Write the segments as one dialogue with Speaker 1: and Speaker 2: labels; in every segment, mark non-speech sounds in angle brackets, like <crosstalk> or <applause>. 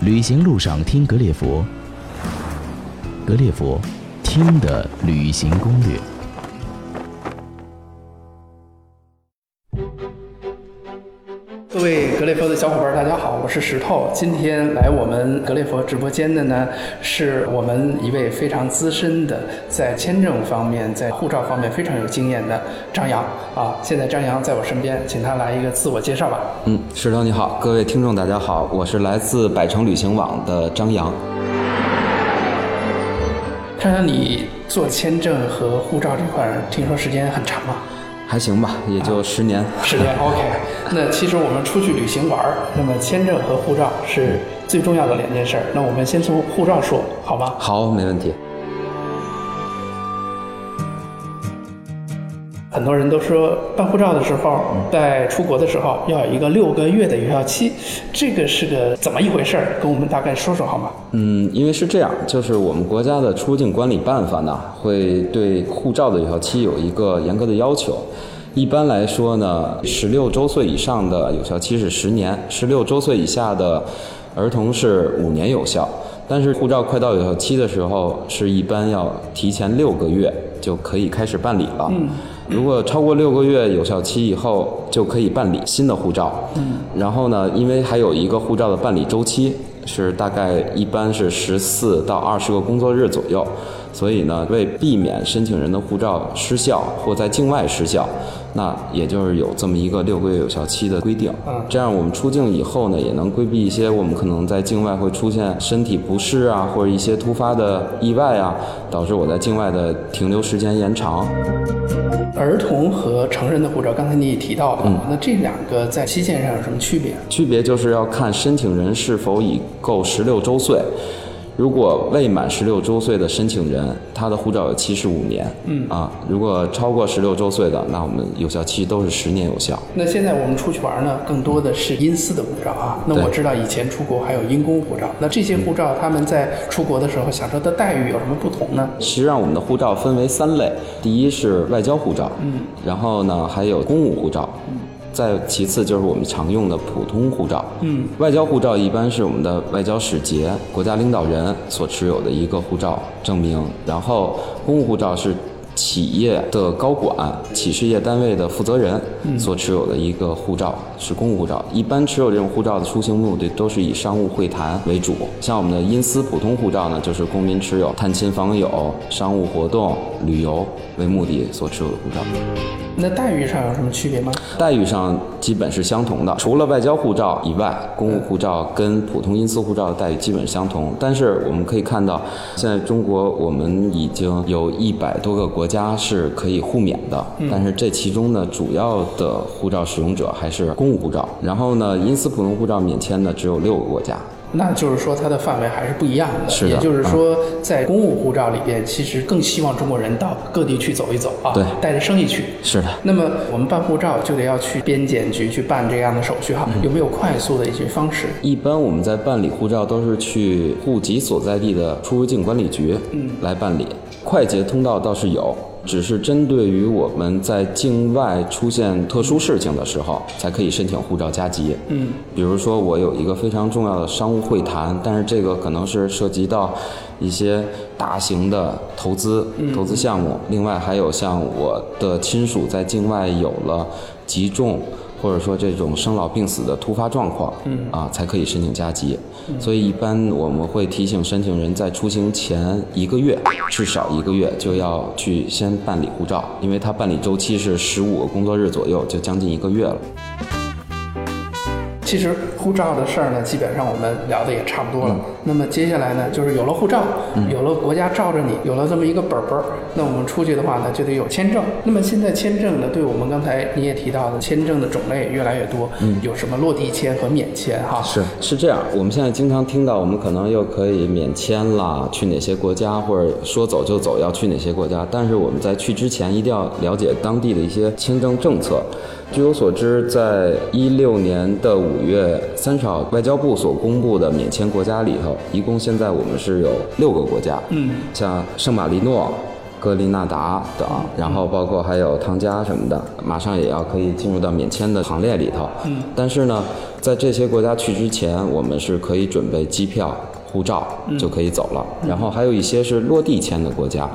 Speaker 1: 旅行路上听格列佛，格列佛听的旅行攻略。
Speaker 2: 各位格列佛的小伙伴，大家好，我是石头。今天来我们格列佛直播间的呢，是我们一位非常资深的，在签证方面、在护照方面非常有经验的张扬啊。现在张扬在我身边，请他来一个自我介绍吧。
Speaker 3: 嗯，石头你好，各位听众大家好，我是来自百城旅行网的张扬。
Speaker 2: 张扬，你做签证和护照这块儿，听说时间很长啊。
Speaker 3: 还行吧，也就十年。
Speaker 2: 十 <laughs> 年 OK。那其实我们出去旅行玩儿，那么签证和护照是最重要的两件事儿。那我们先从护照说，好吗？
Speaker 3: 好，没问题。
Speaker 2: 很多人都说办护照的时候，在出国的时候要有一个六个月的有效期，这个是个怎么一回事儿？跟我们大概说说好吗？
Speaker 3: 嗯，因为是这样，就是我们国家的出境管理办法呢，会对护照的有效期有一个严格的要求。一般来说呢，十六周岁以上的有效期是十年，十六周岁以下的儿童是五年有效。但是护照快到有效期的时候，是一般要提前六个月就可以开始办理了。
Speaker 2: 嗯
Speaker 3: 如果超过六个月有效期以后，就可以办理新的护照。
Speaker 2: 嗯，
Speaker 3: 然后呢，因为还有一个护照的办理周期是大概一般是十四到二十个工作日左右，所以呢，为避免申请人的护照失效或在境外失效，那也就是有这么一个六个月有效期的规定。
Speaker 2: 嗯
Speaker 3: 这样我们出境以后呢，也能规避一些我们可能在境外会出现身体不适啊，或者一些突发的意外啊，导致我在境外的停留时间延长。
Speaker 2: 儿童和成人的护照，刚才你也提到了，那这两个在期限上有什么区别？
Speaker 3: 区别就是要看申请人是否已够十六周岁。如果未满十六周岁的申请人，他的护照有期是五年。嗯啊，如果超过十六周岁的，那我们有效期都是十年有效。
Speaker 2: 那现在我们出去玩呢，更多的是因私的护照啊。那我
Speaker 3: 对
Speaker 2: 知道以前出国还有因公护照，那这些护照他们在出国的时候享受的待遇有什么不同呢？
Speaker 3: 实际上，我们的护照分为三类：第一是外交护照，
Speaker 2: 嗯，
Speaker 3: 然后呢还有公务护照，嗯，再其次就是我们常用的普通护照，
Speaker 2: 嗯，
Speaker 3: 外交护照一般是我们的外交使节、国家领导人所持有的一个护照证明，然后公务护照是企业的高管、企事业单位的负责人所持有的一个护照，是公务护照。一般持有这种护照的出行目的都是以商务会谈为主。像我们的因私普通护照呢，就是公民持有探亲访友、商务活动、旅游为目的所持有的护照。
Speaker 2: 那待遇上有什么区别吗？
Speaker 3: 待遇上基本是相同的，除了外交护照以外，公务护照跟普通因私护照的待遇基本相同。但是我们可以看到，现在中国我们已经有一百多个国家是可以互免的，但是这其中呢，主要的护照使用者还是公务护照。然后呢，因私普通护照免签的只有六个国家。
Speaker 2: 那就是说它的范围还是不一样的，
Speaker 3: 是的嗯
Speaker 2: 也就是说，在公务护照里边，其实更希望中国人到各地去走一走啊，
Speaker 3: 对
Speaker 2: 带着生意去。
Speaker 3: 是的，
Speaker 2: 那么我们办护照就得要去边检局去办这样的手续哈，
Speaker 3: 嗯
Speaker 2: 有没有快速的一些方式？
Speaker 3: 一般我们在办理护照都是去户籍所在地的出入境管理局来办理，快捷通道倒是有。只是针对于我们在境外出现特殊事情的时候，才可以申请护照加急。
Speaker 2: 嗯，
Speaker 3: 比如说我有一个非常重要的商务会谈，但是这个可能是涉及到一些大型的投资、投资项目。另外还有像我的亲属在境外有了急重。或者说这种生老病死的突发状况，嗯啊，才可以申请加急。所以一般我们会提醒申请人在出行前一个月，至少一个月就要去先办理护照，因为它办理周期是十五个工作日左右，就将近一个月了。
Speaker 2: 其实护照的事儿呢，基本上我们聊的也差不多了。那么接下来呢，就是有了护照，有了国家罩着你，有了这么一个本本儿，那我们出去的话呢，就得有签证。那么现在签证呢，对我们刚才你也提到的，签证的种类越来越多，有什么落地签和免签哈？
Speaker 3: 是是这样，我们现在经常听到，我们可能又可以免签啦，去哪些国家，或者说走就走要去哪些国家。但是我们在去之前一定要了解当地的一些签证政策。据我所知，在一六年的五月三十号，外交部所公布的免签国家里头，一共现在我们是有六个国家，
Speaker 2: 嗯，
Speaker 3: 像圣马力诺、戈利纳达等，然后包括还有汤加什么的，马上也要可以进入到免签的行列里头。嗯，但是呢，在这些国家去之前，我们是可以准备机票。护照就可以走了，然后还有一些是落地签的国家，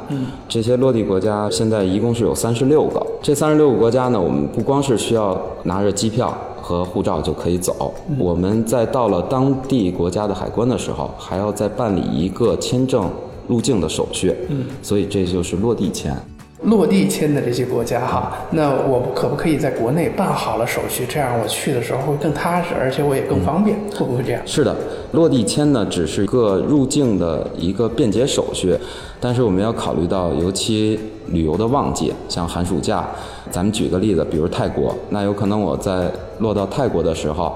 Speaker 3: 这些落地国家现在一共是有三十六个。这三十六个国家呢，我们不光是需要拿着机票和护照就可以走，我们在到了当地国家的海关的时候，还要再办理一个签证入境的手续，所以这就是落地签。
Speaker 2: 落地签的这些国家哈，那我可不可以在国内办好了手续，这样我去的时候会更踏实，而且我也更方便，会不会这样？
Speaker 3: 是的，落地签呢只是一个入境的一个便捷手续，但是我们要考虑到，尤其旅游的旺季，像寒暑假，咱们举个例子，比如泰国，那有可能我在落到泰国的时候，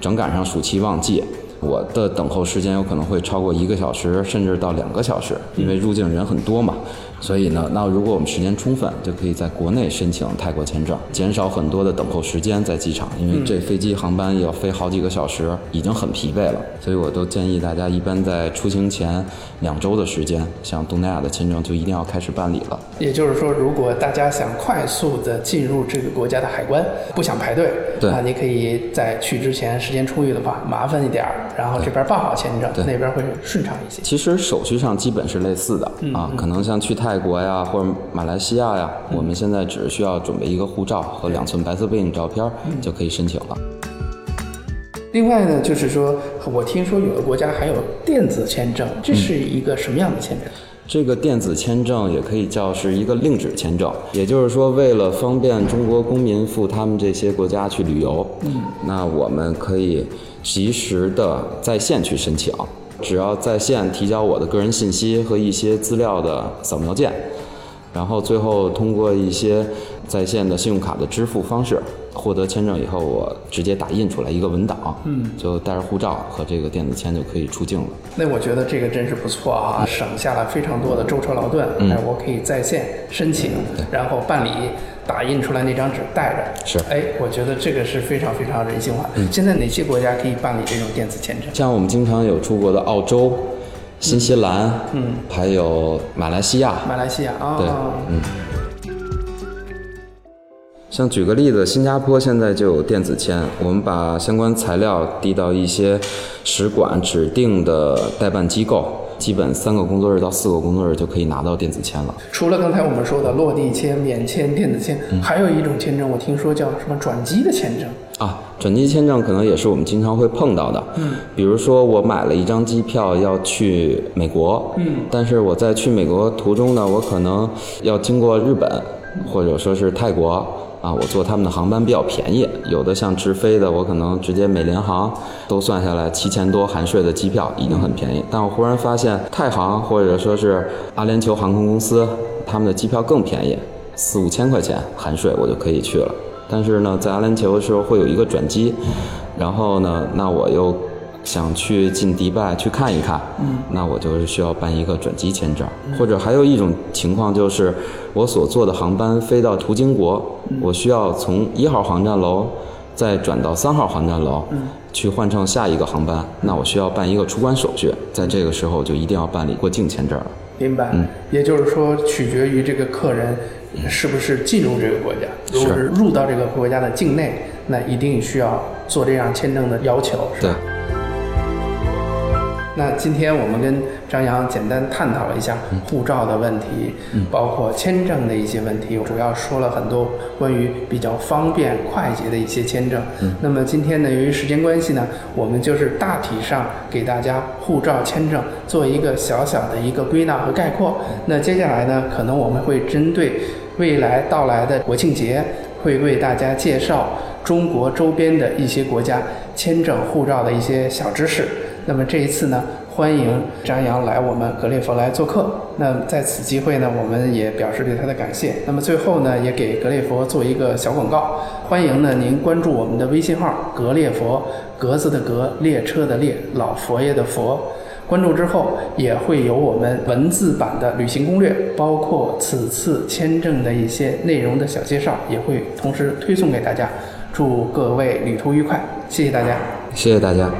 Speaker 3: 正赶上暑期旺季。我的等候时间有可能会超过一个小时，甚至到两个小时，因为入境人很多嘛。所以呢，那如果我们时间充分，就可以在国内申请泰国签证，减少很多的等候时间在机场，因为这飞机航班要飞好几个小时，已经很疲惫了。所以我都建议大家，一般在出行前两周的时间，像东南亚的签证就一定要开始办理了。
Speaker 2: 也就是说，如果大家想快速的进入这个国家的海关，不想排队，
Speaker 3: 对
Speaker 2: 啊，你可以在去之前时间充裕的话，麻烦一点儿，然后这边办好签证，
Speaker 3: 对
Speaker 2: 那边会顺畅一些。
Speaker 3: 其实手续上基本是类似的、啊，可能像去泰国呀或者马来西亚呀，我们现在只需要准备一个护照和两寸白色背景照片儿就可以申请了。
Speaker 2: 另外呢，就是说我听说有的国家还有电子签证，
Speaker 3: 嗯
Speaker 2: 这是一个什么样的签证？
Speaker 3: 这个电子签证也可以叫是一个令旨签证，也就是说，为了方便中国公民赴他们这些国家去旅游，那我们可以及时的在线去申请，只要在线提交我的个人信息和一些资料的扫描件，然后最后通过一些在线的信用卡的支付方式获得签证以后，我直接打印出来一个文档，嗯，就带着护照和这个电子签就可以出境了。
Speaker 2: 那我觉得这个真是不错啊，省下了非常多的舟车劳顿。
Speaker 3: 嗯
Speaker 2: 哎，我可以在线申请，然后办理，打印出来那张纸带着。
Speaker 3: 是嗯
Speaker 2: 哎，我觉得这个是非常非常人性化。现在哪些国家可以办理这种电子签证？
Speaker 3: 像我们经常有出国的澳洲、新西兰，嗯，还有马来西亚。
Speaker 2: 马来西亚啊，
Speaker 3: 对嗯
Speaker 2: 哦
Speaker 3: 像举个例子，新加坡现在就有电子签，我们把相关材料递到一些使馆指定的代办机构，基本三个工作日到四个工作日就可以拿到电子签了。
Speaker 2: 除了刚才我们说的落地签、免签、电子签，
Speaker 3: 嗯
Speaker 2: 还有一种签证，我听说叫什么转机的签证。
Speaker 3: 啊，转机签证可能也是我们经常会碰到的。嗯，比如说我买了一张机票要去美国，嗯，但是我在去美国途中呢，我可能要经过日本或者说是泰国啊，我坐他们的航班比较便宜，有的像直飞的，我可能直接美联航都算下来七千多含税的机票已经很便宜，但我忽然发现太航或者说是阿联酋航空公司他们的机票更便宜，四五千块钱含税我就可以去了。但是呢，在阿联酋的时候会有一个转机，然后呢，那我又想去进迪拜去看一看，那我就是需要办一个转机签证，或者还有一种情况就是，我所坐的航班飞到途经国，我需要从一号航站楼再转到三号航站楼。去换乘下一个航班，那我需要办一个出关手续，在这个时候就一定要办理过境签证了。
Speaker 2: 明白，也就是说，取决于这个客人是不是进入这个国家。如果是入到这个国家的境内，那一定需要做这样签证的要求，是
Speaker 3: 对
Speaker 2: 吧？，那今天我们跟张扬简单探讨了一下护照的问题，包括签证的一些问题，主要说了很多关于比较方便快捷的一些签证。那么今天呢，由于时间关系呢，我们就是大体上给大家护照签证做一个小小的一个归纳和概括。那接下来呢，可能我们会针对未来到来的国庆节，会为大家介绍中国周边的一些国家签证护照的一些小知识。那么这一次呢，欢迎张扬来我们格列佛来做客。那在此机会呢，我们也表示对他的感谢。那么最后呢，也给格列佛做一个小广告，欢迎呢您关注我们的微信号“格列佛”，格子的格，列车的列，老佛爷的佛。关注之后，也会有我们文字版的旅行攻略，包括此次签证的一些内容的小介绍，也会同时推送给大家。祝各位旅途愉快，谢谢大家。
Speaker 3: 谢谢大家。